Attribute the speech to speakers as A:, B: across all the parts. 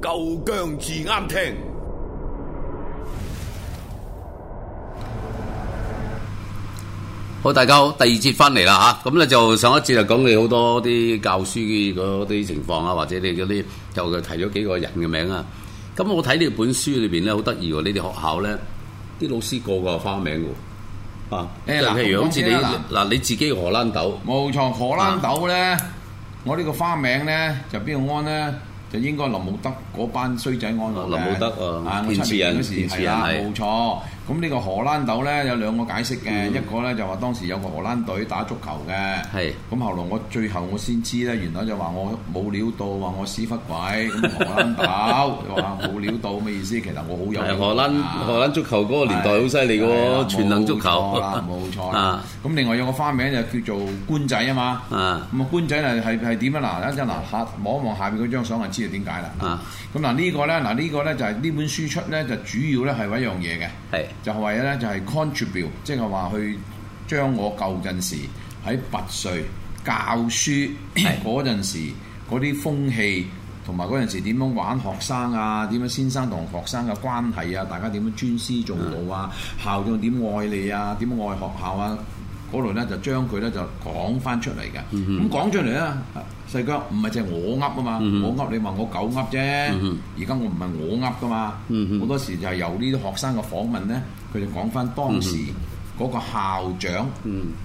A: 夠姜至啱聽。
B: 好，大家好，第二節翻嚟啦啊吓，咁、咧就上一節就啊講你好多啲教書嗰啲情況啊，或者你嗰啲就提咗幾個人嘅名啊。咁我睇呢本書裏邊咧好得意喎，你哋學校咧啲老師個個有花名嘅喎啊，即
C: 誒
B: 係
C: 嗱
B: 譬如好似你
C: 我講先啦
B: 嗱你自己荷蘭豆，
C: 冇錯，荷蘭豆咧，我呢個花名咧就邊個安咧？就應該林武德嗰班衰仔安我嘅
B: 林武德啊
C: 啊！我
B: 填
C: 出
B: 詞
C: 面
B: 人
C: 嗰時
B: 填詞
C: 係
B: 人
C: 啦，
B: 係
C: 冇錯。咁呢個荷蘭豆咧有兩個解釋嘅，一個咧就話當時有個荷蘭隊打足球嘅，
B: 嗯係
C: 咁後來我最後我先知咧，原來就話我冇料到，話我屎忽鬼，咁荷蘭豆 就話冇料到咩意思？其實我好有料
B: 係
C: 到
B: 荷蘭
C: 啊
B: 荷蘭足球嗰個年代好犀利嘅
C: 係啦
B: 喎，全能足球
C: 冇錯 啦，冇錯啦
B: 啊。
C: 咁另外有個花名就叫做官仔啊嘛。咁
B: 啊
C: 啊官仔係係係點啊？嗱，一陣嗱下望一望下面嗰張相，就知道點解啦
B: 啊。
C: 咁嗱呢個咧，嗱呢個咧就係呢本書出咧，就主要咧係為一樣嘢嘅。
B: 係
C: 就係為咧就係 contribute，即係話去將我舊陣時喺拔萃教書 嗰陣時嗰啲風氣，同埋嗰陣時點樣玩學生啊，點樣先生同學生嘅關係啊，大家點樣尊師重道啊，校長點愛你啊，點愛學校啊。嗰度咧就將佢咧就講翻出嚟嘅，咁講、出嚟咧，啊細哥唔係淨係我噏啊嘛，我噏你話我狗噏啫，而家、我唔係我噏噶嘛，好、多時就係由呢啲學生嘅訪問咧，佢就講翻當時
B: 嗯
C: 嗰個校長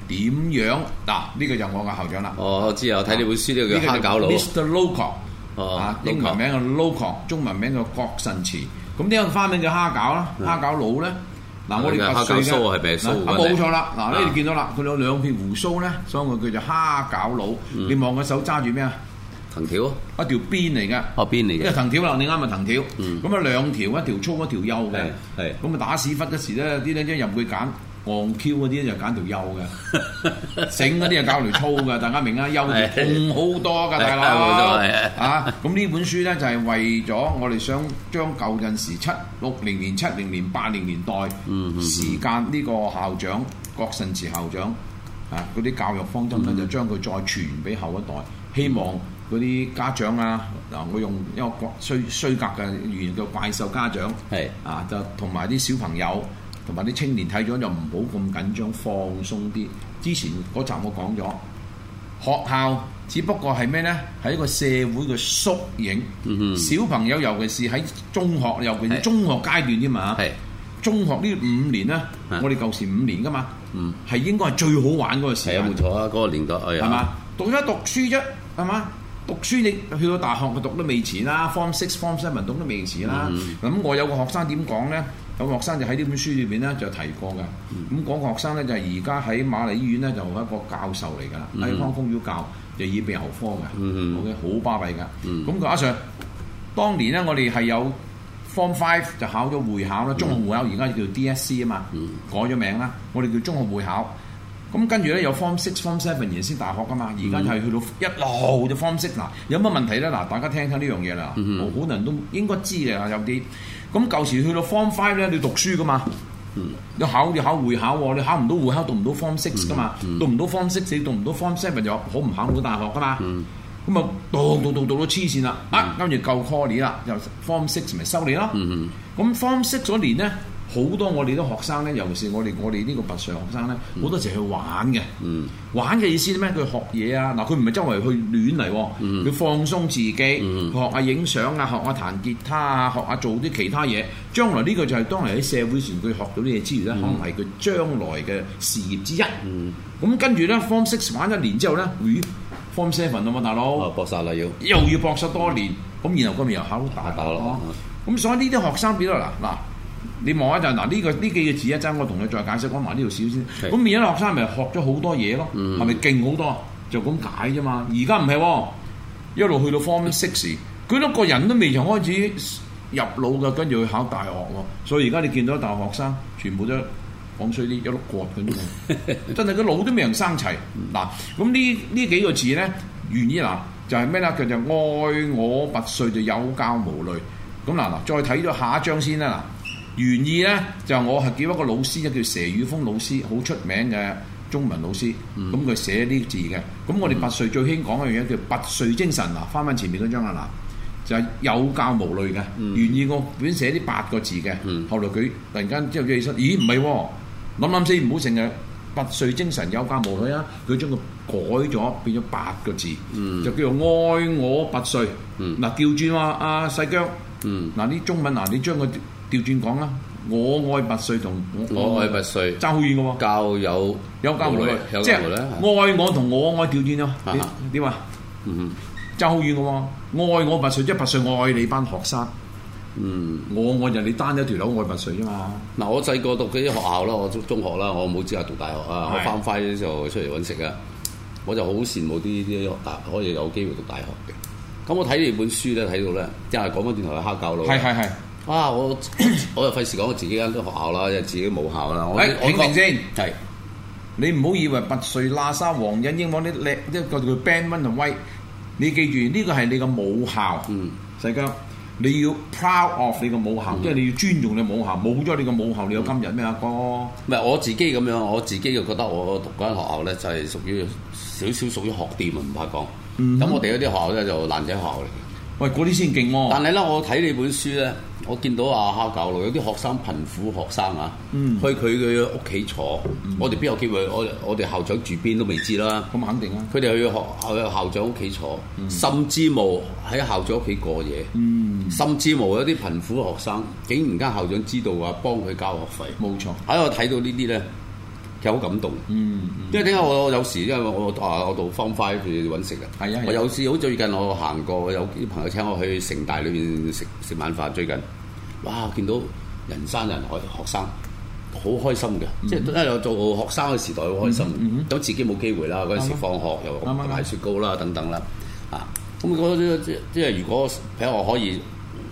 C: 點樣嗱，呢、個就我嘅校長啦。
B: 哦，我知啊，我睇你本書呢個
C: 呢
B: 叫蝦餃佬，
C: Mr. Locock，
B: 哦
C: 啊，
B: Locock
C: 英文名嘅 Locock，中文名叫郭慎慈。咁呢個花名叫蝦餃啦，蝦餃佬咧。嗱，我哋
B: 佢嘅
C: 拔萃
B: 嗯啊蝦餃
C: 嘅
B: 鬚係咪鬚
C: 嗱
B: 嗰隻
C: 啊冇錯啦。嗱，
B: 啊
C: 呢度見到啦，佢有兩片胡鬚咧，所以我叫做蝦餃佬。
B: 嗯
C: 你望佢手揸住咩啊？
B: 藤條啊，
C: 一條鞭嚟㗎。
B: 哦邊
C: 因
B: 嚟
C: 為
B: 嘅？嗯
C: 藤條啦，你啱咪藤條，咁啊兩條，一條粗一條幼嘅
B: 係，係
C: 咁啊打屎忽嗰時咧，啲咧一任佢揀，昂 Q 嗰啲就揀條幼 嘅，整嗰啲就揀條粗嘅，大家明啊，幼條痛好多㗎，大佬
B: 係係
C: 啊，咁呢本書咧就係為咗我哋想將舊陣時七六零年、七零年、八零年代時間呢個校長郭慎慈校長啊嗰啲教育方針咧，就將佢再傳俾後一代，希望嗰啲家長啊嗱，我用一個國衰衰格嘅語言叫怪獸家長
B: 係
C: 啊，就同埋啲小朋友同埋啲青年睇咗就唔好咁緊張，放鬆啲。之前嗰集我講咗。學校只不過係咩呢？係一個社會嘅縮影。小朋友尤其是喺中學，尤其是
B: 嗯係
C: 中學階段添嘛。
B: 係
C: 中學呢五年呢，
B: 啊
C: 我哋舊時五年噶嘛，係應該係最好玩嗰個
B: 嗯
C: 時
B: 係啊，
C: 間
B: 冇，錯啊，嗰個年代係
C: 係嘛
B: 啊，？
C: 讀咗讀書啫，係嘛？讀書你去到大學，佢讀都未遲啦，form six、form seven 讀都未遲啦。
B: 嗯
C: 咁、我有個學生點講呢？有個學生就喺呢本書裏邊呢，就提過㗎。
B: 嗯
C: 咁嗰、個學生呢，就係而家喺瑪麗醫院呢，就有一個教授嚟㗎啦，
B: 嗯
C: 喺、康風院教就耳鼻喉科㗎。OK，好巴閉㗎。咁佢話阿 Sir，當年呢，我哋係有 form five 就考咗會考啦，中學會考而家叫 DSE 啊嘛，改咗名啦，我哋叫中學會考。咁跟住咧有 form six、form seven 然先大學噶嘛，而家就係去到一路就 form six 嗱，有乜問題咧？嗱，大家聽聽呢樣嘢啦，好多人都應該知嘅有啲。咁舊時去到 form five 咧，你讀書噶嘛，你考你考會考喎，你考唔到會考，讀唔到 form six 噶嘛，讀唔到 form six，你讀唔到 form seven 就好唔考唔到大學噶嘛。咁啊，讀讀讀讀到黐線啦，啊，跟住夠 call 你啦，又 form six 咪收你咯。咁 form six 嗰年咧，好多我哋啲學生咧，尤其是我哋我哋呢個拔萃學生咧，好多時係去玩嘅。玩嘅意思咩？佢學嘢啊，嗱，佢唔係周圍去亂嚟喎，佢放鬆自己，學下影相啊，學下彈吉他啊，學下做啲其他嘢。將來呢個就係當嚟喺社會上佢學到啲嘢之餘咧，可能係佢將來嘅事業之一。咁跟住咧，form six 玩一年之後咧，咦，form seven 啊嘛，大佬。
B: 啊搏殺啦要，
C: 又要搏殺多年，咁然後今日又考到大
B: 大
C: 學
B: 學咯
C: 咯。咁所以呢啲學生變咗嗱嗱，你望一陣嗱呢個呢幾個字一陣，我同你再解釋講埋呢度少
B: 係
C: 先。咁變咗啲學生咪學咗好多嘢咯，係咪勁好多？就咁解啫嘛。而家唔係喎，一路去到 form six，佢都個人都未曾開始入腦嘅，跟住去考大學喎。所以而家你見到大學學生全部都講衰啲一碌角咁樣，真係個腦都未人生齊。嗱，咁呢呢幾個字咧，原意嗱就係咩啦？佢就愛我拔萃就有教無類。咁嗱嗱，再睇咗下一張先啦嗱。原意咧就我係叫一個老師，就叫佘宇峰老師，好出名嘅中文老師。
B: 嗯
C: 咁佢、啊寫呢啲字嘅。咁我哋拔萃最興講一樣嘢叫拔萃精神嗱，翻翻前面嗰張啦嗱，就係有教無類嘅，願意我本寫啲八個字嘅。
B: 嗯
C: 後來佢突然間之後咗起身，咦唔係喎，諗諗先唔好成日拔萃精神有教無類啊！佢將佢改咗變咗八個字，就叫做愛我拔萃。
B: 嗯
C: 嗱調轉話阿細姜，
B: 嗯
C: 嗱啲中文嗱你將佢調轉講啦，我愛拔萃同
B: 嗯我愛拔萃
C: 爭好遠嘅喎。
B: 教友
C: 有交無類，
B: 有
C: 即
B: 交
C: 係
B: 無類啊
C: 愛我同我愛調轉啊！
B: 啊
C: 你點啊？
B: 嗯
C: 爭好遠嘅喎，愛我拔萃，即係拔萃愛你班學生，
B: 嗯。
C: 我愛就你單一條友愛拔萃啫嘛。
B: 嗱，我細個讀嗰啲學校啦，我中中學啦，我冇資格讀大學啊，
C: 係
B: 我翻返咧就出嚟揾食啊，我就好羨慕啲啲學大可以有機會讀大學嘅。咁我睇你本書咧，睇到咧，即係講翻轉頭係蝦教佬。
C: 係係係，
B: 啊！我我又費事講我自己間學校啦，又自己母校啦。我
C: 哎
B: 我
C: 停停先
B: 係
C: 你唔好以為拔萃、喇沙、黃印英講啲叻，一個叫 band one 同威，你記住呢個係你個母校，
B: 嗯
C: 細姜。你要 proud of 你個母校，即係你要尊重你母校。冇咗你個母校，你有今日咩啊哥？
B: 唔係我自己咁樣？我自己就覺得我讀嗰間學校咧就係屬於少少屬於學店啊，唔怕講。咁、我哋嗰啲學校咧就爛仔學校嚟嘅。
C: 喂，嗰啲先勁喎。
B: 但係咧，我睇你本書咧，我見到阿蝦教路有啲學生貧苦學生啊，去佢嘅屋企坐，我哋邊有機會？我我哋校長住邊都未知啦。
C: 咁肯定啊。
B: 佢哋去學校校長屋企坐，甚至無喺校長屋企過夜，
C: 嗯
B: 甚至無有啲貧苦學生，竟然間校長知道話幫佢交學費。
C: 冇錯。
B: 喺我睇到呢啲咧，其實好感動。
C: 嗯，
B: 因為點解我有時因為我啊我度 form five 去揾食嘅，
C: 係啊係啊
B: 我有時好最近我行過有啲朋友請我去城大裏邊食食晚飯，最近哇見到人山人海學生。好開心
C: 嗯
B: 嘅，即係因為我做學生嘅時代好開心，咁自己冇機會啦，嗰陣時
C: 啱啊
B: 放學又
C: 啱啊啱
B: 買雪糕啦等等啦，啊，咁我覺得即即係如果譬如我可以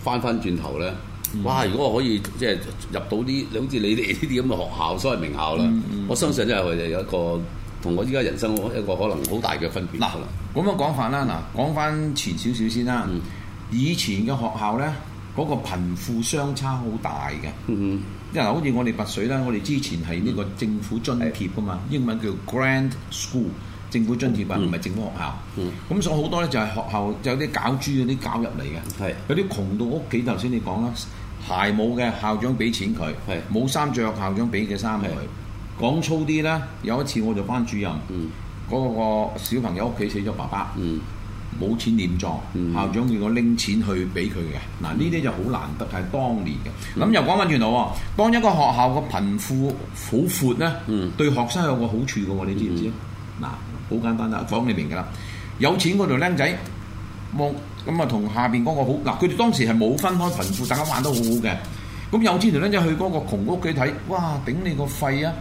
B: 翻翻轉頭咧，
C: 嗯
B: 哇！如果我可以即係入到啲好似你哋呢啲咁嘅學校，所謂名校啦，
C: 嗯
B: 我相信真係有一個同我依家人生一個可能好大嘅分別。
C: 嗱
B: 可能，
C: 咁樣講法啦，嗱，講翻前少少先啦。以前嘅學校呢，嗰、個貧富相差好大嘅，
B: 嗯
C: 因為好似我哋拔水啦，我哋之前係呢個政府津貼噶嘛，英文叫 Grand School，政府津貼啊，唔係政府學校。
B: 嗯
C: 咁、所以好多呢，就係學校有啲搞豬嗰啲搞入嚟嘅，
B: 係
C: 有啲窮到屋企頭先你講啦，鞋冇嘅校長俾錢佢
B: 係，
C: 冇衫着校長俾嘅衫佢
B: 係。
C: 講粗啲啦，有一次我做班主任，
B: 嗯
C: 嗰個小朋友屋企死咗爸爸，
B: 嗯
C: 冇錢殮葬，
B: 嗯
C: 校長叫我拎錢去俾佢嘅。嗱，呢啲就好難得，係當年嘅。咁又講翻轉頭喎，當一個學校嘅貧富好闊咧，
B: 嗯
C: 對學生有個好處嘅喎，你知唔知啊？嗱、好簡單啦，講你明㗎啦。有錢嗰度僆仔望咁啊，同下邊嗰個好嗱，佢哋當時係冇分開貧富，大家玩得好好嘅。咁有錢條僆仔去嗰個窮屋企睇，哇！頂你個肺啊！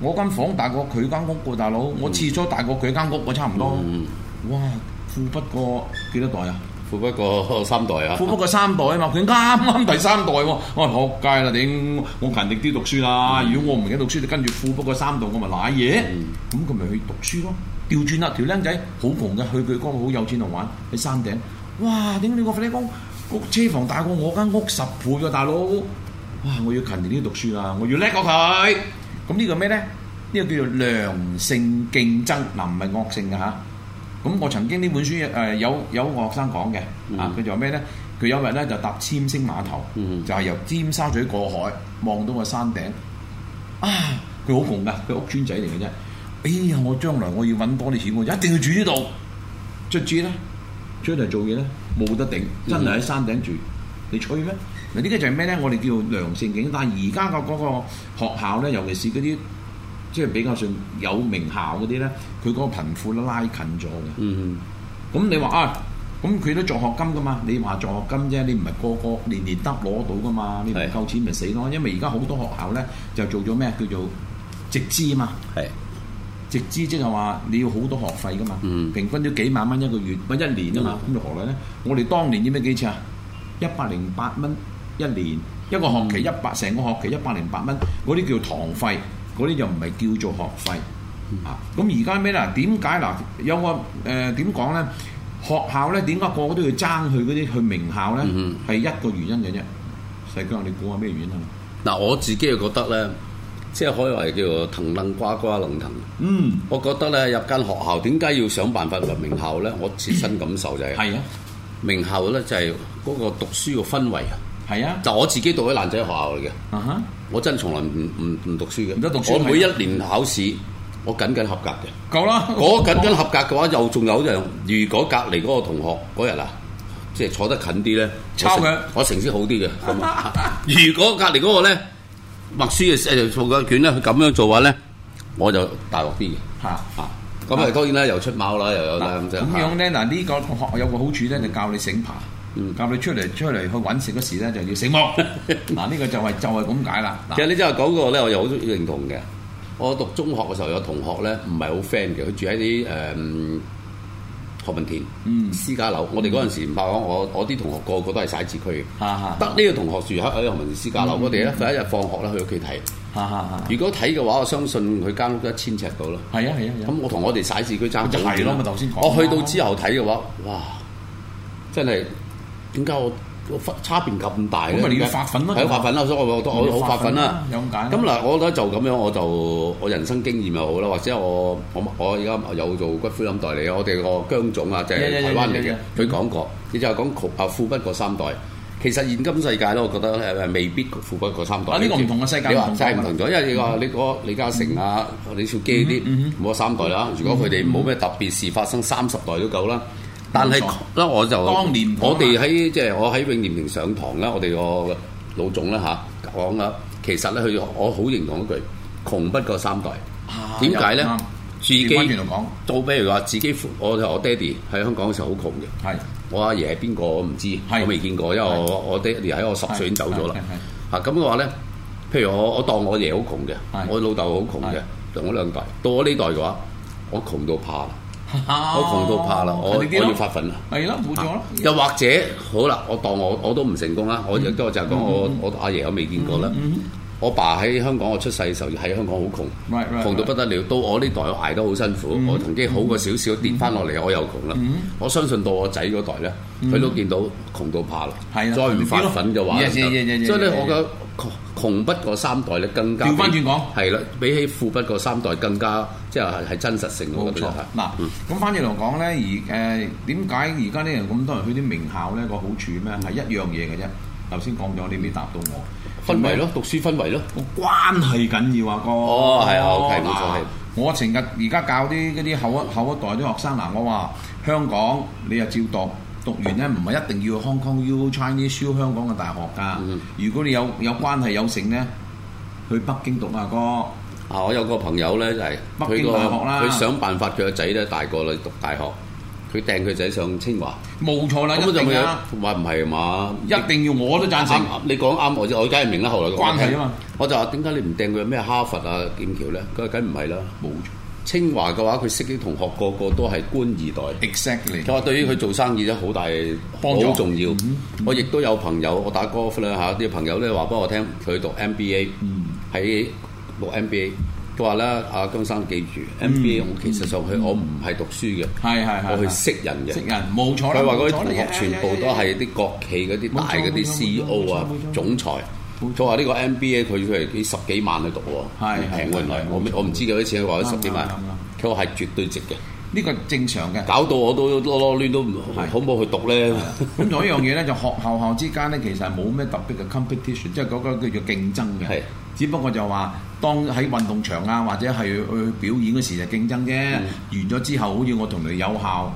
C: 我間房大過佢間屋喎，大佬，我廁所大過佢間屋，我差唔多。
B: 嗯，
C: 哇！富不過幾多代啊？
B: 富不過三代啊，
C: 富不過三代啊嘛，佢啱啱第三代喎、我話學界啦，頂！我勤力啲讀書啦，如果我唔記得讀書，就跟住富不過三代，我咪賴嘢。咁佢咪去讀書咯。調轉啦，條僆仔好窮嘅，去佢嗰個好有錢度玩，喺山頂。哇！頂你個肥公，個車房大過我間屋十倍喎、大佬！哇！我要勤力啲讀書啦，我要叻過佢。咁呢個咩呢？呢、個叫做良性競爭，嗱唔係惡性嘅嚇。咁我曾經呢本書誒、呃有有個學生講嘅，啊佢就話咩咧？佢有一日咧就搭尖星碼頭，
B: 嗯
C: 就係由尖沙咀過海望到個山頂，啊佢好窮噶，佢屋村仔嚟嘅啫。哎呀，我將來我要揾多啲錢，我一定要住呢度。卒之咧，出嚟做嘢咧冇得頂，真係喺山頂住，你吹咩？嗱呢個就係咩咧？我哋叫做良性競爭，但係而家個嗰個學校咧，尤其是嗰啲。即係比較上有名校嗰啲咧，佢嗰個貧富都拉近咗嘅。
B: 嗯
C: 咁你話啊，咁佢都助學金噶嘛？你話助學金啫，你唔係個個年年得攞到噶嘛？你唔
B: 係
C: 夠錢咪死咯。因為而家好多學校咧就做咗咩叫做直資啊嘛，
B: 係
C: 直資即係話你要好多學費噶嘛，
B: 嗯
C: 平均都幾萬蚊一個月，咪一年啊嘛。咁就何來咧？我哋當年要咩幾錢啊？一百零八蚊一年，一個
B: 嗯
C: 學期一百，成個學期一百零八蚊，嗰啲叫堂費，嗰啲就唔係叫做學費。
B: 嗯
C: 啊，咁而家咩啦？點解嗱？有個誒點講咧？學校咧點解個個都要爭去嗰啲去名校咧？係、
B: 嗯
C: 一個原因嘅啫。細姜，你估下咩原因啊？
B: 嗱，我自己又覺得咧，即係可以話叫做騰楞瓜瓜楞騰。
C: 嗯，
B: 我覺得咧入間學校點解要想辦法入名校咧？我切身感受就係、
C: 係啊，
B: 名校咧就係嗰個讀書嘅氛圍啊。
C: 係啊，
B: 就我自己讀喺爛仔學校嚟嘅，
C: 啊哈，
B: 我真係從來唔唔唔讀書嘅。
C: 唔得讀書
B: 我每一年考試，我僅僅合格嘅。
C: 夠啦，
B: 嗰緊緊合格嘅話，又仲有一樣，如果隔離嗰個同學嗰日啊，即係坐得近啲咧，
C: 抄
B: 我成
C: 佢
B: 我成績好啲嘅。咁啊 如果隔離嗰個咧默書嘅誒做個卷咧，佢咁樣做話咧，我就大鑊啲嘅。
C: 嚇。
B: 啊，咁啊當然啦，又出貓啦，又有啦咁
C: 咁
B: 啫。啊
C: 樣咧，嗱呢個同學有個好處咧，就教你醒爬
B: 嗯，
C: 教你出嚟出嚟去揾食嗰時咧就 要醒目。嗱呢個就係就係咁解啦。
B: 其
C: 嗱
B: 實你真係講過咧，我又好認同嘅。我讀中學嘅時候有同學咧，唔係好 friend 嘅，佢住喺啲誒何文田、
C: 嗯
B: 私家樓。我哋嗰陣時唔怕講，我我啲同學個個都係徙置區嘅，
C: 嚇嚇
B: 得呢個同學住喺喺何文田私家
C: 嗯
B: 樓。我哋咧佢一日放學咧去屋企睇，
C: 嚇嚇嚇，
B: 如果睇嘅話，我相信佢間屋一千尺到啦。
C: 係啊係啊係啊。
B: 咁我同我哋徙置區爭好
C: 就係
B: 遠
C: 咯
B: 啦
C: 咪頭先講
B: 啊我去到之後睇嘅話，哇！真係點解我我分差別咁大咧？
C: 咁咪你要發奮咯
B: 係啊發奮啦，所以我我我
C: 啊
B: 好發奮啦。
C: 有咁解。
B: 咁嗱，我覺得就咁樣，我就我人生經驗又好啦，或者我我我而家有做骨灰庵代理，我哋個姜總啊，即係
C: Yeah, yeah,
B: 台灣嚟
C: yeah,
B: 嘅
C: yeah,，
B: 佢講過，佢就係講窮啊富不過三代。其實現今世界咧，我覺得咧未必富不過三代。
C: 啊呢個唔同嘅世嗯界
B: 你話
C: 唔同
B: 真係唔同咗，因為你話你嗰個李嘉誠啊、李兆基呢
C: 嗯
B: 啲冇咗三代啦。如果佢哋冇咩特別事發生，三十代都夠啦。但係
C: 冇錯
B: 咧，我就
C: 當年唔同啊
B: 我哋喺即係我喺永年庭上堂啦，我哋個老總啦嚇講啦，其實咧佢我好認同一句，窮不過三代。
C: 啊
B: 點解咧
C: 又啱？
B: 自己
C: 調翻轉嚟講
B: 做譬如話自己父，我我爹哋喺香港嘅時候好窮嘅，
C: 係
B: 我阿爺係邊個我唔知，
C: 係
B: 我未見過，因為我我爹哋喺我十歲已經走咗啦
C: 係係。
B: 啊咁嘅話咧，譬如我我當我爺好窮嘅，
C: 係
B: 我老豆好窮嘅
C: 係，
B: 同我兩代，到我呢代嘅話，我窮到怕啦，我
C: 我
B: 窮到怕啦，我我
C: 啊
B: 要發奮啦。
C: 係啦，冇錯啦。
B: 啊又或者好啦，我當我我都唔成功
C: 嗯
B: 啦，我亦都我就係講我我阿爺我未見過啦。我爸喺香港，我出世嘅時候喺香港好窮
C: Right, right, 嗯
B: 窮到不得了。到我呢代我捱得好辛苦，我曾經好過少少跌翻落嚟，我又窮啦。我相信到我仔嗰代咧，佢都見到窮到怕啦。
C: 嗯係啊
B: 再唔發奮嘅話，
C: Yeah,
B: 就
C: yeah, yeah, yeah, yeah,
B: 所以咧
C: yeah, yeah,
B: 我嘅窮不過三代咧，更加
C: 調返轉講
B: 係啦，比起富不過三代更加即係係真實性，我
C: 冇
B: 覺得
C: 錯
B: 係。
C: 嗱，咁翻轉嚟講咧，而誒點解而家啲人咁多人去啲名校咧？個好處咩？係一樣嘢嘅啫。頭先講咗，你未答到我。
B: 氛圍咯，讀書氛圍咯。
C: 個關係緊要啊，哥。
B: 哦係啊，OK，冇錯
C: 嗱
B: 係
C: 我成日而家教啲嗰啲後一後一代啲學生嗱，我話香港你又照讀，讀完咧唔係一定要 Hong Kong U、Chinese U 香港嘅大學㗎。
B: 嗯
C: 如果你有有關係有成咧，去北京讀啊，哥。
B: 啊！我有個朋友咧，就係
C: 北
B: 佢
C: 京
B: 個
C: 大學啦
B: 佢想辦法，佢個仔咧大個啦，讀大學，佢掟佢仔上清華，
C: 冇錯啦，
B: 咁
C: 啊一
B: 我就
C: 定
B: 咪
C: 啊，
B: 話唔係嘛？
C: 一定要我都贊成
B: 啱。啱你講啱我，我梗係明啦。後來我
C: 關係啊嘛，
B: 我就話點解你唔掟佢咩哈佛啊劍橋咧？佢話梗唔係啦，
C: 冇
B: 清華嘅話，佢識啲同學個個都係官二代。
C: ，exactly
B: 佢。話對於佢做生意咧好大
C: 幫助嗯
B: 好重要。我亦都有朋友，我打 golf 啦嚇，啲朋友咧話俾我聽，佢讀 MBA
C: 嗯
B: 喺讀 MBA。佢話咧，阿金生記住，MBA 我其實上去我唔係讀書嘅，
C: 係係嗯係
B: 我去識人嘅
C: 識。人冇錯啦。
B: 佢話嗰
C: 冇
B: 啲
C: 錯啦
B: 同學全部都係啲國企嗰啲大嗰啲
C: 冇錯冇錯
B: CEO 啊
C: 冇錯冇錯、
B: 總裁。佢話呢個 MBA 佢佢係幾十幾萬去讀喎，
C: 係
B: 唔平喎
C: 係
B: 原來
C: 係
B: 我
C: 冇錯
B: 我唔知幾多錢，佢話佢十幾萬
C: 啱啱啱，
B: 佢話係絕對值嘅。
C: 呢個正常嘅。
B: 搞到我都囉囉攣都唔好唔好去讀 咧？
C: 咁仲有一樣嘢咧，就學校校之間咧，其實係冇咩特別嘅 competition，即係嗰個叫做競爭
B: 係
C: 嘅。只不過就話，當喺運動場啊，或者係去表演嗰時就競爭啫。
B: 嗯
C: 完咗之後，好似我同你有校，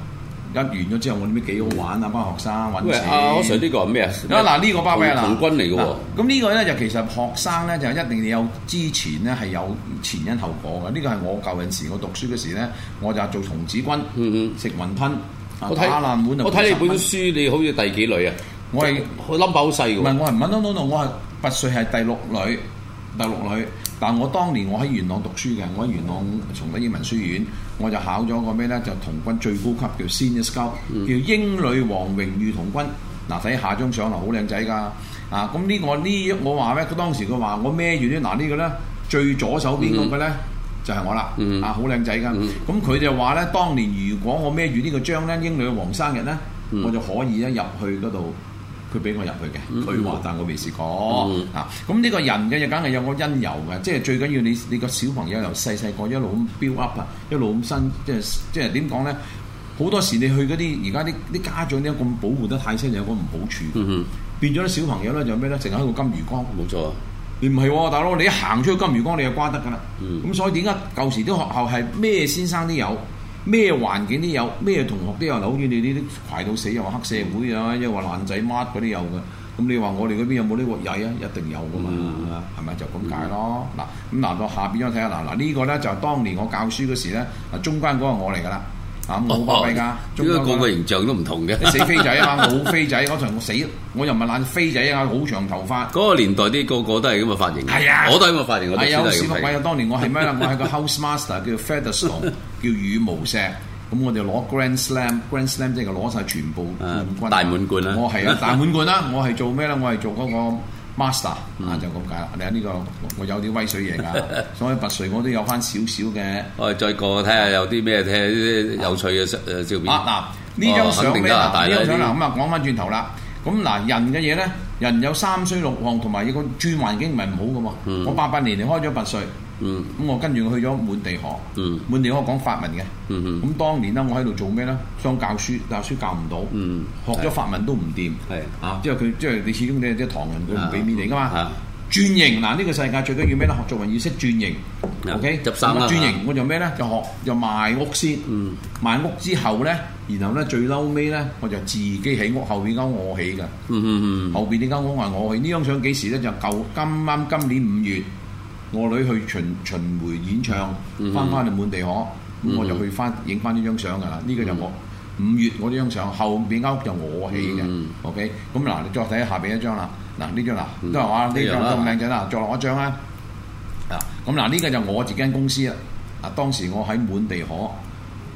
C: 一完咗之後，我哋咪幾好玩啊！班學生揾
B: 喂，
C: 錢。
B: 阿 Sir 呢個係咩啊？
C: 啊嗱，呢個巴閉啦，
B: 童軍嚟嘅喎。
C: 嗱咁呢個咧就其實學生咧就一定要有之前咧係有前因後果嘅。呢個係我舊陣時我讀書嗰時咧，我就係做童子軍，
B: 嗯
C: 食雲吞，
B: 我
C: 啊打爛碗
B: 睇
C: 就
B: 我睇你
C: 半
B: 本
C: 身
B: 書，你好似第幾類啊？
C: 我係
B: 我 number 好細嘅
C: 唔係
B: 喎。
C: 我係唔係 no no no，我係拔萃係第六類，第六類。但我當年我喺元朗讀書嘅，我喺元朗崇德英文書院，我就考咗個咩咧？就童軍最高級叫 Senior Scout，叫英女王榮譽童軍。嗱，睇下張相啦，好靚仔㗎。啊，咁呢個呢，我話咩？佢當時佢話我孭住啲嗱呢個咧，最左手邊嗰個咧。就係我啦，
B: 嗯
C: 啊好靚仔㗎，咁佢就話咧，當年如果我孭住呢個章咧，英女王生日咧，
B: 嗯
C: 我就可以咧入去嗰度佢俾我入去嘅，佢話但我未試過
B: 嗯
C: 啊。咁呢個人嘅又梗係有個因由嘅，即係最緊要你你個小朋友由細細個一路咁 build up 啊，一路咁新，即係即係點講咧？好多時你去嗰啲而家啲啲家長點解咁保護得太犀利，有個唔好處，
B: 嗯
C: 變咗啲小朋友咧就咩咧，成日喺個金魚缸。
B: 哼，冇錯啊，
C: 你唔係喎，大佬，你一行出去金魚缸你就瓜得㗎啦。
B: 嗯
C: 咁、所以點解舊時啲學校係咩先生都有，咩環境都有，咩同學都有，好似你呢啲排到死又話黑社會啊，又話爛仔乜嗰啲有嘅。咁你話我哋嗰邊有冇呢鑊曳啊？一定有㗎
B: 嗯
C: 嘛，係咪、就咁解咯？嗱、咁嗱到下邊我睇下嗱嗱呢個咧就係當年我教書嗰時咧，嗱中間嗰個我嚟㗎啦，啊冇巴閉㗎
B: 哦，
C: 中
B: 應該個
C: 間嗰個
B: 個形象都唔同嘅。
C: 死飛仔 啊嘛，冇飛仔嗰陣我死，我又唔係爛飛仔啊，好長頭髮。
B: 嗰個年代啲個個都係咁嘅髮型，
C: 係啊
B: 我都係咁嘅髮型，我讀
C: 係
B: 書
C: 啊，
B: 都
C: 我
B: 係
C: 試過
B: 咁
C: 鬼
B: 嘅。
C: 啊！當年我係咩啦？我 係個 house master 叫 Featherstone，叫羽毛石。咁我哋攞 Grand Slam，Grand Slam 即係攞晒全部冠軍
B: 啊大滿貫啦
C: 我係 啊，大滿貫啦！我係做咩咧？我係做嗰個 master
B: 嗯
C: 啊，就咁解啦。你睇呢個我有啲威水嘢 㗎，所以拔萃我都有翻少少嘅。
B: 我哋再過睇下有啲咩睇下啲有趣嘅相誒照片。
C: 啊嗱，呢張
B: 嗯哦
C: 相
B: 肯定
C: 咧，
B: 加拿大
C: 嗱
B: 啦
C: 呢張相
B: 呢
C: 嗱咁啊，講翻轉頭啦。咁嗱，人嘅嘢咧，人有三衰六旺，同埋一個轉環境唔係唔好嘅喎。我八八年離開咗拔萃，
B: 嗯
C: 咁我跟住去咗滿地河
B: 嗯，
C: 滿地河講法文嘅。
B: 嗯
C: 咁當年咧，我喺度做咩咧？想教書，教書教唔到
B: 嗯，
C: 學咗法文都唔掂。
B: 係
C: 啊，之後佢即係你始終你即係唐人，佢唔俾
B: 啊
C: 面你㗎嘛
B: 啊。
C: 轉型嗱，呢個世界最緊要咩咧？學做人要識轉型。
B: 啊
C: OK，
B: 執生啦
C: 咁啊轉
B: 啊嗯
C: 型我就咩咧？就學就賣屋先，賣屋之後咧，然後咧最嬲尾咧，我就自己起屋，後邊間屋我起㗎，
B: 嗯嗯嗯
C: 後邊呢間屋係我起。呢張相幾時咧？就舊今啱今年五月，我女去巡巡迴演唱，
B: 嗯
C: 翻翻嚟滿地可，咁我就去翻影翻呢張相㗎啦。呢個就我。
B: 嗯
C: 五月我呢張相，後邊間屋就我起嘅、o k 咁嗱，你再睇下邊一張啦，嗱呢張嗱，都係話呢
B: 嗯呢樣啦
C: 張咁靚仔啦，再落一張啦。啊，咁嗱呢個就我自己間公司啦。啊，當時我喺滿地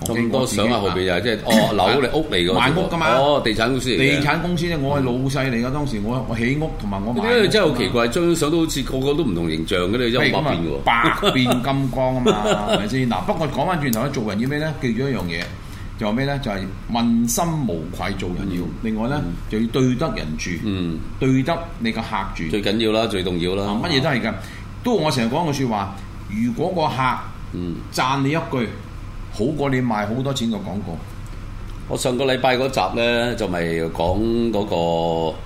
C: 可
B: 咁多相啊，後邊又
C: 啊
B: 係即係哦樓嚟屋嚟㗎喎，
C: 賣屋㗎嘛
B: 哦地產公司嚟
C: 地
B: 嘅。
C: 產公司咧，我係老細嚟噶。當時我我起屋同埋我
B: 因
C: 賣屋㗎
B: 為
C: 嘛，
B: 真係好奇怪，張相都好似個個都唔同形象嘅，你一
C: 譬
B: 百
C: 如咁
B: 變嘅
C: 啊，
B: 喎。
C: 百變金剛啊嘛， 係咪先？嗱，不過講翻轉頭咧，做人要咩咧？記住一樣嘢，就係咩咧？就係問心無愧做人要。另外咧，就要對得人住，
B: 嗯，
C: 對得你個客住。
B: 最緊要啦，最重要啦
C: 啊，。乜嘢都係㗎。都我成日講句説話，如果個客
B: 嗯
C: 讚你一句，好過你賣好多錢個廣告。
B: 我上個禮拜嗰集咧，就咪講嗰、個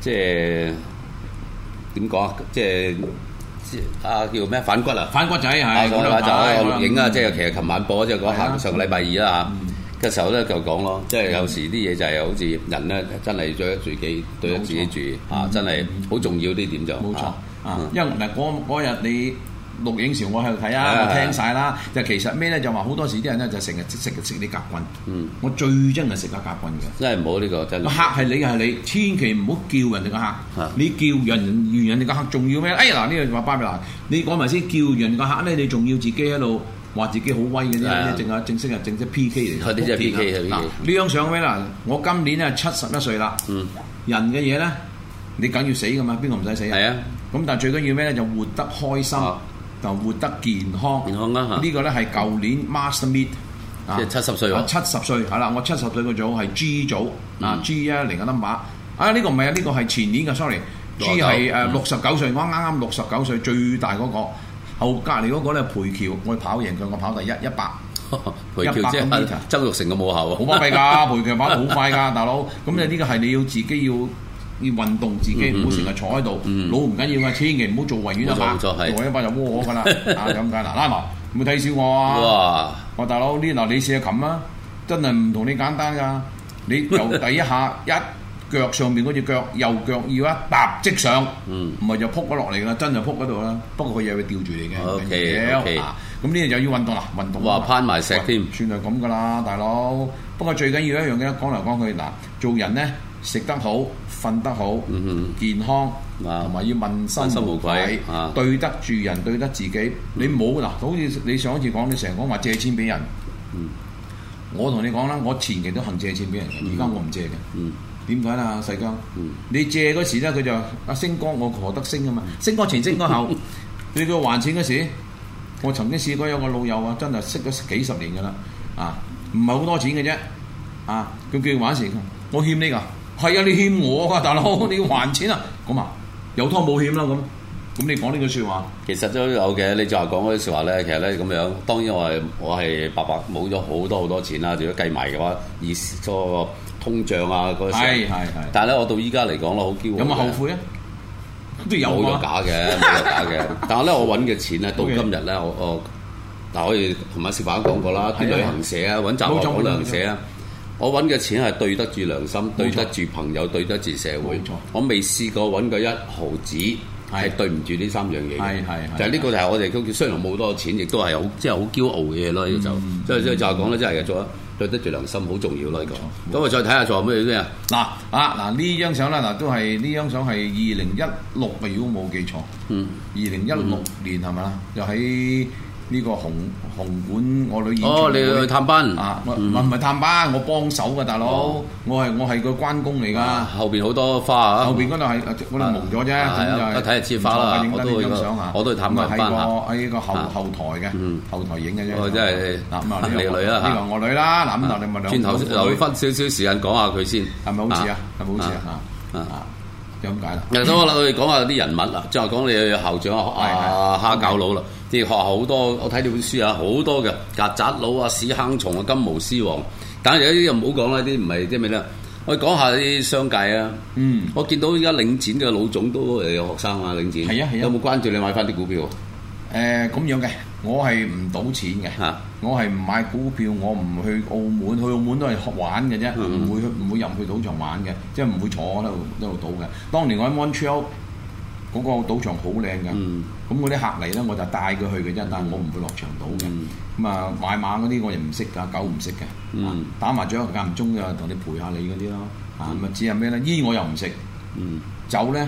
B: 即係點講啊？即係即係啊叫咩反骨啊？
C: 反骨仔係
B: 啊上個禮拜就喺
C: 咁樣
B: 度影啊，
C: 嗯
B: 即係其實琴晚播咗嗰
C: 係
B: 下
C: 啊嗯
B: 上個禮拜二啦嚇嘅時候咧就講咯，即係有時啲嘢就係好似人咧真係對得自己對得自己住啊，真係好重要呢點就
C: 嗯冇錯
B: 啊
C: 啊
B: 嗯，
C: 因為嗱嗰嗰日你。錄影時我喺度睇
B: 係
C: 啊，
B: 啊
C: 我聽晒啦。就其實咩咧，就話好多時啲人咧就成日食食啲夾棍。
B: 嗯，
C: 我最憎係食夾夾棍嘅。
B: 真係唔好呢個真
C: 個
B: 係。
C: 客係你係你，千祈唔好叫人哋個客
B: 啊。
C: 你叫人完人哋個客，仲要咩？哎嗱，呢個話巴比嗱，你講埋先，叫人個客咧，你仲要自己喺度話自己好威嘅
B: 係啊
C: 啫，正啊正式啊正式 P K 嚟嘅。
B: 嗰啲真係 PK 係 PK
C: 嗱呢張相咩啦？我今年啊七十一歲啦。
B: 嗯
C: 人嘅嘢咧，你梗要死噶嘛？邊個唔使死
B: 係 啊？
C: 咁但係最緊要咩咧？就活得開心
B: 啊，
C: 就活得健康。
B: 健康啊啦嚇
C: 呢個咧係舊年 Master Meet 啊。
B: 即係70歲喎
C: 啊七十歲係啦，我七十歲個組係 G 組啊，G
B: 嗯
C: 一零嘅 number 啊，呢個唔係啊，呢個係前年嘅，sorry。G
B: 69
C: 係誒六十九歲，我啱啱六十九歲最大嗰個，後隔離嗰個咧培橋，我跑贏佢，我跑第一一百。
B: 培僑即
C: 100
B: 係
C: meter
B: 曾玉成嘅母校啊
C: 好。巴閉㗎， 培強跑得好快㗎，大佬。咁你呢個係你要自己要要運動自
B: 嗯
C: 己，唔好成日坐喺度。老唔緊要㗎，千祈唔好做維園啊嘛，
B: 冇錯
C: 做
B: 冇錯係
C: 維園一百就窩我㗎啦。啊咁解嗱，拉埋有冇睇小我啊？
B: 哇！
C: 我大佬呢嗱，你試下冚啊，真係唔同你簡單㗎。 你由第一下一腳上面嗰只腳右腳要一踏即上，
B: 嗯
C: 唔係就撲咗落嚟㗎啦，真係撲嗰度啦。不過佢又會吊住你嘅。
B: 哦 OK，
C: 唔緊要
B: OK
C: 啊咁呢樣就要運動啦，運動
B: 哇
C: 啊嘛
B: 攀埋石添
C: 喂算係咁噶啦，大佬。不過最緊要一樣嘢，講嚟講去嗱，做人咧食得好，瞓得好，健康，
B: 嗯啊
C: 同埋要問
B: 問
C: 心
B: 心無
C: 無
B: 愧
C: 愧
B: 啊，
C: 對得住人，對得自己。你冇嗱，好似你上一次講，你成日講話借錢俾人。
B: 嗯
C: 我同你講啦，我前期都肯借錢俾人嘅，而家我唔借嘅。點解啦，細哥？
B: 嗯
C: 你借嗰時咧，佢就阿星哥，我何德星啊
B: 嗯
C: 嘛，星哥前星哥 後，你叫我還錢嗰時，我曾經試過有個老友啊，真係識咗幾十年㗎啦，啊，唔係好多錢嘅啫，啊，佢叫我還時，我欠 你㗎，係啊，你欠我㗎，大佬，你要還錢啊，咁啊，有拖冇險啦咁，咁你講呢句説話，
B: 其實都有嘅，你就話講嗰啲説話咧，其實咧咁樣，當然我係我係白白冇咗好多好多錢啊啦。如果計埋嘅話，以嗰個通脹啊嗰啲，
C: 係係係
B: 但係咧，我到依家嚟講咧，好驕傲嘅。
C: 有冇後悔啊？都有
B: 冇咗
C: 啊，
B: 假 嘅，冇咗假嘅。但係咧，我揾嘅錢咧，到
C: OK
B: 今日咧，我我嗱，我哋同阿小凡講過啦，啲
C: 係啊
B: 旅行社啊，揾集
C: 冇
B: 我
C: 錯
B: 講
C: 冇錯
B: 旅行社啊。我揾嘅錢係對得住良心，對得住朋友，對得住社會
C: 冇錯。
B: 我未試過揾過一毫子係對唔住呢三樣嘢嘅。
C: 係係係
B: 就係呢個就係我哋都叫雖然冇好多錢，亦都係好即係好驕傲嘅嘢咯。呢個
C: 嗯
B: 就即係即係就係講咧，真係嘅做得啊對得住良心好重要咯。呢個咁我再睇下仲有咩嘢先啊？
C: 嗱啊嗱呢張相啦，嗱都係呢張相係二零一六啊，如果冇記錯，
B: 嗯，
C: 二零一六年係咪啦？又喺呢個紅紅館我女演唱
B: 哦，你
C: 會
B: 去探班
C: 啊，我
B: 嗯
C: 我唔係探班，我幫手㗎大佬
B: 哦，
C: 我係我係個關公嚟
B: 啊
C: 㗎。
B: 後邊好多花啊！
C: 後邊嗰度係我哋蒙咗啫，
B: 啊係啊
C: 咁就係
B: 一睇就知花啦
C: 唔錯影得呢張相啊
B: 我都去我都去探
C: 咁啊
B: 過班啊
C: 喺個喺個後
B: 啊
C: 後台嘅
B: 嗯
C: 後台影嘅啫。
B: 哦真係
C: 嗱咁啊，呢個
B: 你個女啦嚇
C: 呢個我女啦，嗱咁啊，你咪兩
B: 轉頭
C: 兩個
B: 留
C: 女
B: 翻少少時間講下佢先，
C: 係咪好似啊？係咪好似啊？啊
B: 啊
C: 啊，就咁解啦。
B: 嗱，咁我哋講下啲人物啦，即係講你校長
C: 係係
B: 啊，蝦教佬啦，啲學校好多，我睇你本書啊，好多嘅曱甴佬啊、屎坑蟲啊、金毛獅王，但係有啲又唔好講啦，啲唔係即係咩咧？我哋講下啲商界啊，
C: 嗯，
B: 我見到而家領展嘅老總都誒有學生啊，領展
C: 係啊係啊
B: 有冇關注你買翻啲股票啊？
C: 誒咁樣嘅，我係唔賭錢嘅
B: 啊，
C: 我係唔買股票，我唔去澳門，去澳門都係玩嘅啫，
B: 嗯
C: 唔會去唔會入去賭場玩嘅，即係唔會坐喺度喺度賭嘅。當年我喺 Montreal 嗰個賭場好靚嘅，
B: 嗯
C: 咁嗰啲客嚟咧我就帶佢去嘅啫，但係我唔會落場賭嘅。
B: 嗯
C: 咁啊買馬嗰啲我又唔識㗎，狗唔識嘅，啊
B: 嗯
C: 打麻雀間唔中就同你陪下你嗰啲咯。啊咁啊只係咩咧？煙我又唔食，
B: 嗯，
C: 酒咧。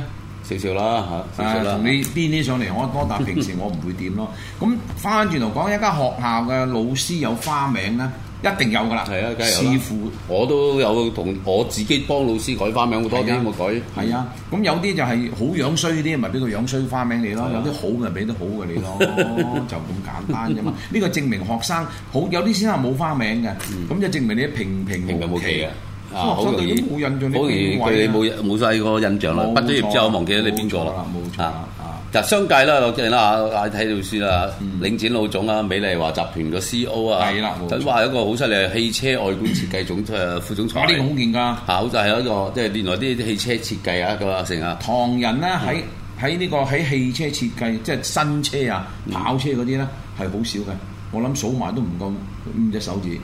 B: 少少啦嚇，少
C: 誒
B: 少啦
C: 哎啊同。你編啲上嚟我多，但平時我唔會 點咯。咁翻轉頭講，一間學校嘅老師有花名咧，一定有噶啦。
B: 係啊梗係有啦
C: 師傅
B: 我都有同我自己幫老師改花名好多
C: 係
B: 啲，
C: 啊
B: 我改
C: 係啊，
B: 嗯
C: 咁有啲就係好樣衰啲，咪俾個樣衰花名你
B: 啊
C: 咯；有啲好咪俾啲好嘅你 咯，就咁簡單啫嘛。呢個證明學生好有啲先生冇花名嘅，咁就證明你平平
B: 嗯平平
C: 無
B: 無奇
C: 奇
B: 啊！
C: 啊！
B: 啊，好容易，
C: 冇印象，
B: 好容易對你冇冇曬個印象啦。
C: 啊冇
B: 畢咗業之後
C: 錯啊
B: 忘記咗你邊個啦
C: 冇錯，啦冇錯啦
B: 啊
C: 啊
B: 嗱，商界啦，我見啦，啊睇到書啦，領展老總啊，美麗華集團個 C.O. 啊，
C: 嗯係啦冇錯
B: 咁哇，有一個好犀利嘅汽車外觀設計總誒副總裁，
C: 我呢個好見㗎。
B: 啊，好就係一個即係原來啲汽車設計啊，咁啊成啊，
C: 唐人咧喺喺呢個喺汽車設計，即係新車啊、
B: 嗯
C: 跑車嗰啲咧係好少嘅。我諗數埋都唔夠五隻手指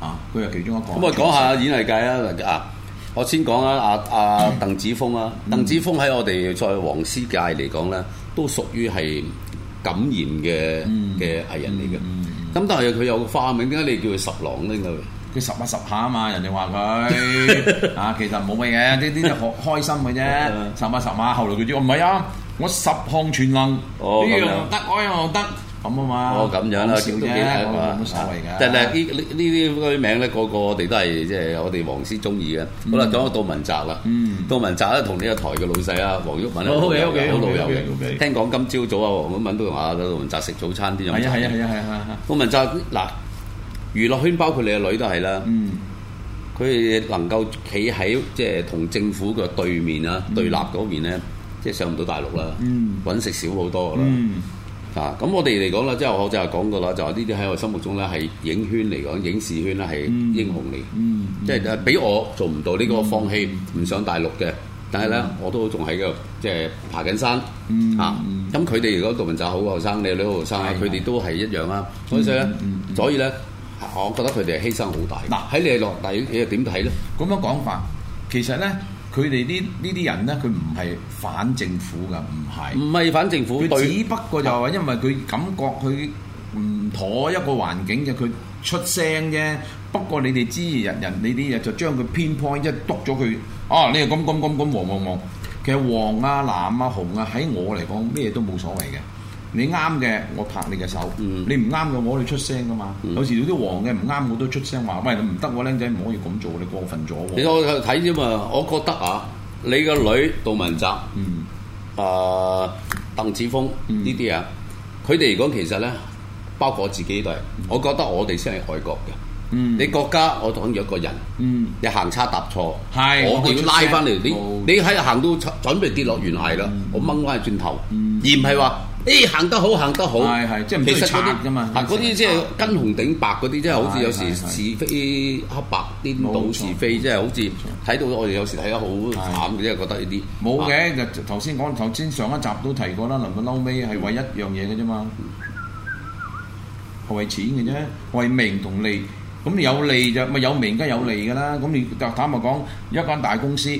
C: 啊！佢係其中一個。
B: 咁我講下演藝界啊，嗱啊，我先講啊，阿阿鄧子峰啊，鄧子峰喺我哋在黃絲界嚟講咧，都屬於係感言嘅嘅藝人嚟嘅。咁但係佢有個花名，點解你叫佢十郎咧？應該
C: 佢十下十下 啊嘛，人哋話佢啊，其實冇乜嘢，呢啲就學開心嘅 啫。
B: 哦
C: 十下十下，後來佢知我唔係啊，我十項全能，呢
B: 哦
C: 樣
B: 咁樣
C: 又得，嗰樣又得，咁啊嘛。
B: 哦，咁樣啦，
C: 講笑
B: 都幾
C: 啫，
B: 叻
C: 我
B: 啊
C: 冇乜所謂㗎。
B: 但係呢呢呢啲嗰啲名咧，個個我哋都係即係我哋黃絲中意嘅。好啦，講到杜汶澤啦，杜汶澤咧同呢個台嘅老細啊，黃毓民咧，
C: 好
B: 好老友
C: OK，OK，
B: 嘅好老
C: OK，OK，
B: 友
C: OK
B: 嘅。聽講今朝早啊，黃毓民都同阿杜汶澤食早餐啲
C: 係
B: 飲
C: 啊
B: 茶
C: 係啊係啊係啊係啊，
B: 杜汶澤嗱，娛樂圈包括你個女都係啦，
C: 嗯。
B: 佢哋能夠企喺即係同政府嘅對面啊、對立嗰邊咧，即係上唔到大陸啦，
C: 嗯
B: 揾食少好多噶啦。
C: 嗯
B: 啊，咁我哋嚟講啦，即係我就係講過啦，就係呢啲喺我心目中咧係影圈嚟講，影視圈咧係英雄嚟，
C: 嗯
B: 即係呃俾我做唔到呢個放棄唔上大陸嘅，但係咧我都仲喺度即係爬緊山
C: 嗯
B: 啊。咁佢哋如果杜汶澤好後生，你女好後生啊，
C: 係嗯
B: 佢哋都係一樣啦。所以咧，所以咧，我覺得佢哋係犧牲好大。
C: 嗱
B: 喺你落底，你又點睇咧？
C: 咁樣講法，其實咧，佢哋呢呢啲人咧，佢唔係反政府㗎，唔係，
B: 唔係反政府
C: 佢
B: 嗯對
C: 只不過就係話因為佢感覺佢唔妥一個環境嘅，佢出聲啫。不過你哋知人人你啲嘢就將佢 pinpoint 一督咗佢，哦，你係咁咁咁咁黃黃黃。其實黃啊、藍啊、紅啊，喺我嚟講咩都冇所謂嘅。你啱嘅，我拍你嘅手；
B: 嗯
C: 你唔啱嘅，我哋出聲噶嘛。有時有啲黃嘅唔啱，我都出聲話：喂，你唔得喎，僆仔唔可以咁做，你過分咗喎
B: 你。我睇啫嘛，我覺得啊，你個女杜汶澤。
C: 嗯
B: 啊、鄧子峰
C: 嗯
B: 呢啲啊，佢哋嚟講其實咧，包括我自己都係，我覺得我哋先係愛國嘅。
C: 嗯
B: 你國家我等於一個人，
C: 嗯
B: 你行差踏錯，
C: 係
B: 我哋要拉翻嚟。你
C: 我會出聲嗯
B: 你喺行到準準備跌落懸崖啦，我掹翻去轉頭，而唔係話誒行得好行得好，
C: 係係即係唔
B: 其
C: 中意
B: 實嗰
C: 刷㗎
B: 啲
C: 嘛
B: 啊嗰啲即係跟紅頂白嗰啲，即係好似有時
C: 係係
B: 是非黑白顛倒
C: 冇錯
B: 是非，即係好似睇到我哋有時睇得好慘嘅，即係覺得呢啲
C: 冇
B: 啊
C: 嘅，就頭先講頭先上一集都提過啦，能夠嬲尾係為一樣嘢嘅啫嘛，係為錢嘅啫，為名同利。咁你有利就咪有名，梗係有利㗎啦。咁你就坦白講，一間大公司，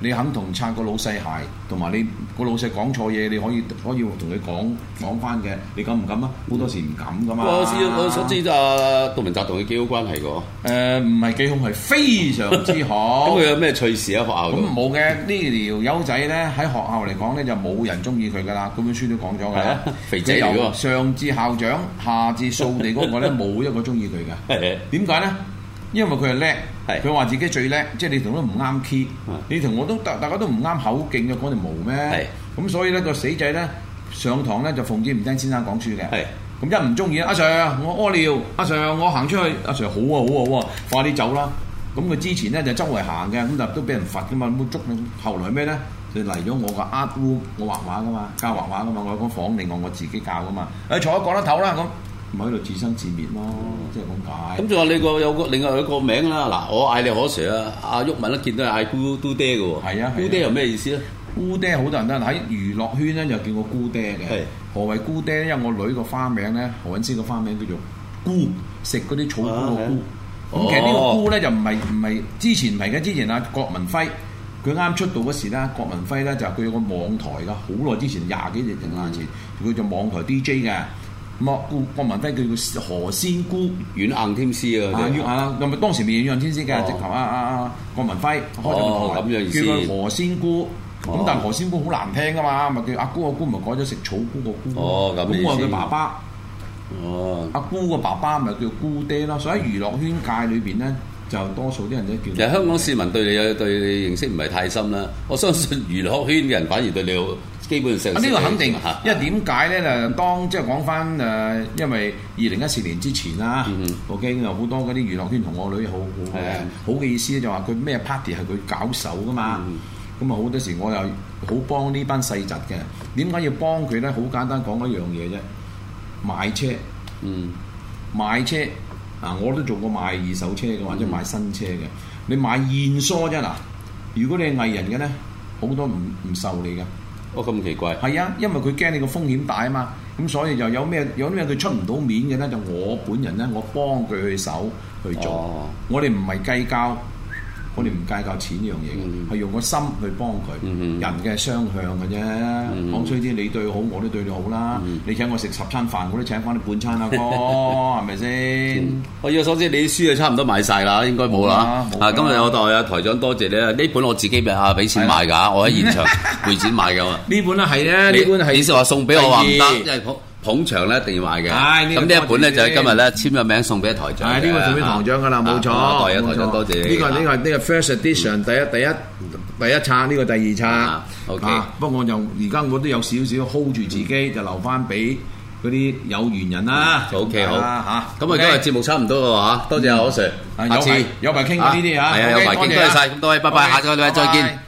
C: 你肯同拆個老細鞋，同埋你個老細講錯嘢，你可以可以同佢講講翻嘅，你敢唔敢啊？好多時唔敢㗎嘛。
B: 我知我所知就啊杜文澤同佢幾好關係嘅
C: 哦
B: 喎，
C: 誒唔係幾好，係非常之好。
B: 咁佢有咩趣事喺學校
C: 咁
B: 度？
C: 冇嘅，呢條友仔咧喺學校嚟講咧就冇人中意佢噶啦，嗰本書都講咗㗎
B: 係
C: 啦
B: 啊。肥仔嚟㗎喎
C: 由上至校長，下至掃地嗰 個咧冇一個中意佢
B: 係
C: 嘅。點解咧？因為佢係叻
B: 係，
C: 佢話自己最叻，即係你同佢都唔啱 key，
B: 嗯
C: 你同我都大大家都唔啱口徑嘅，講條毛咩？咁所以咧個死仔咧上堂咧就奉旨唔聽先生講書嘅。
B: 係
C: 咁一唔中意阿 Sir，我屙尿，阿 Sir 我行出去，阿 Sir 好啊好啊好啊，快啲走啦！咁佢之前咧就周圍行嘅，咁但都俾人罰噶嘛，咁捉你。後來咩咧？就嚟咗我個 art room，我畫畫噶嘛，教畫畫噶嘛，我有個房另外我自己教噶嘛。誒坐喺角落頭啦咁，咪喺度自生自滅咯，即係咁解。
B: 咁仲有你個有個另外有個名啦，嗱，我嗌你可 Sir 啊，阿鬱文一見到係嗌姑嘟爹嘅喎，
C: 係啊係啊
B: 姑爹又咩意思咧？
C: 姑爹好多人都喺娛樂圈咧就叫我姑爹
B: 係
C: 嘅。何謂姑爹咧？因為我女個花名咧，何韻詩個花名叫做菇，食嗰啲草菇個
B: 啊係啊
C: 菇。咁其實呢
B: 哦
C: 個菇咧就唔係唔係之前唔係嘅，之前啊郭文輝佢啱出道嗰時啦，郭文輝咧就佢有個網台噶，好耐之前廿幾年定廿前，
B: 嗯
C: 佢做網台 DJ 嘅。咁啊，顧郭文輝叫佢何仙姑
B: 軟硬添絲
C: 啊，
B: 啊，
C: 要啊，咁咪當時未有樣天師嘅，
B: 哦
C: 直頭啊啊啊郭文輝開咗
B: 哦
C: 個台，
B: 咁樣意思
C: 叫佢何仙姑。
B: 哦
C: 咁但係何仙姑好難聽噶嘛，咪叫阿姑阿姑咪改咗食草菇個菇。
B: 哦咁嘅意思
C: 咁我係佢爸爸。
B: 哦，
C: 阿姑個爸爸咪叫姑爹咯，所以喺娛樂圈界裏邊咧，就多數啲人都
B: 其
C: 叫。
B: 實香港市民對你有對你認識唔係太深啦，我相信娛樂圈嘅人反而對你好，基本上
C: 啊呢個肯定
B: 嚇，
C: 因為點解咧？誒，當即係講翻誒，因為二零一四年之前啦
B: 嗯嗯
C: ，OK 有好多嗰啲娛樂圈同我女好好
B: 係
C: 嘅
B: 啊，
C: 好嘅意思咧就話佢咩 party 係佢搞手噶嘛。
B: 嗯
C: 咁啊好多時我又好幫呢班細侄嘅，點解要幫佢咧？好簡單講一樣嘢啫，買車。
B: 嗯，
C: 買車啊，我都做過賣二手車嘅，或
B: 嗯
C: 者賣新車嘅。你買現梳啫嗱，如果你係藝人嘅咧，好多唔唔受你嘅。
B: 我哦咁奇怪，
C: 係啊，因為佢驚你個風險大啊嘛，咁所以就有咩有啲咩佢出唔到面嘅咧，就我本人咧，我幫佢去手去做。
B: 哦
C: 我哋唔係計較，我哋唔計較錢呢樣嘢嘅，係、用個心去幫佢。
B: 嗯
C: 人嘅雙向嘅啫，講衰啲你對我好，我都對你好啦。
B: 嗯
C: 你請我食十餐飯，我都請翻你半餐 啊哥，係咪先？
B: 我以我所知，你啲書就差唔多買晒啦，應該冇啦。
C: 冇啦冇啦
B: 啊，今日我代啊台長多謝你啊！呢本我自己啊俾錢買㗎，我喺現場 會展買㗎嘛。
C: 呢本咧係咧，
B: 你
C: 呢本係
B: 你就話送俾我話唔
C: 第
B: 得，
C: 二
B: 因為捧捧場咧一定要買嘅。
C: 唉呢個
B: 咁呢一本咧就
C: 多謝
B: 係
C: 先
B: 今日咧簽咗名送俾台長嘅。
C: 係哎呢個做俾堂長噶啦，冇錯。
B: 啊代啊台
C: 冇錯
B: 長多謝你。
C: 呢個呢個呢個 first edition 第一第一第一冊，呢個第二冊
B: 啊。，OK
C: 啊不過我就而家我都有少少 hold 住自己，就留翻俾嗰啲有緣人啦。
B: O K 嗯好
C: 啊嚇。
B: 咁啊，今日節目差唔多啦嚇，多謝阿可 Sir，
C: 啊
B: 下次
C: 有排有排傾過呢啲啊
B: 係啊，有
C: OK，
B: 排傾，
C: 多謝
B: 多謝晒咁多位，拜拜，
C: OK，
B: 下個禮拜再
C: 拜
B: 見
C: 拜。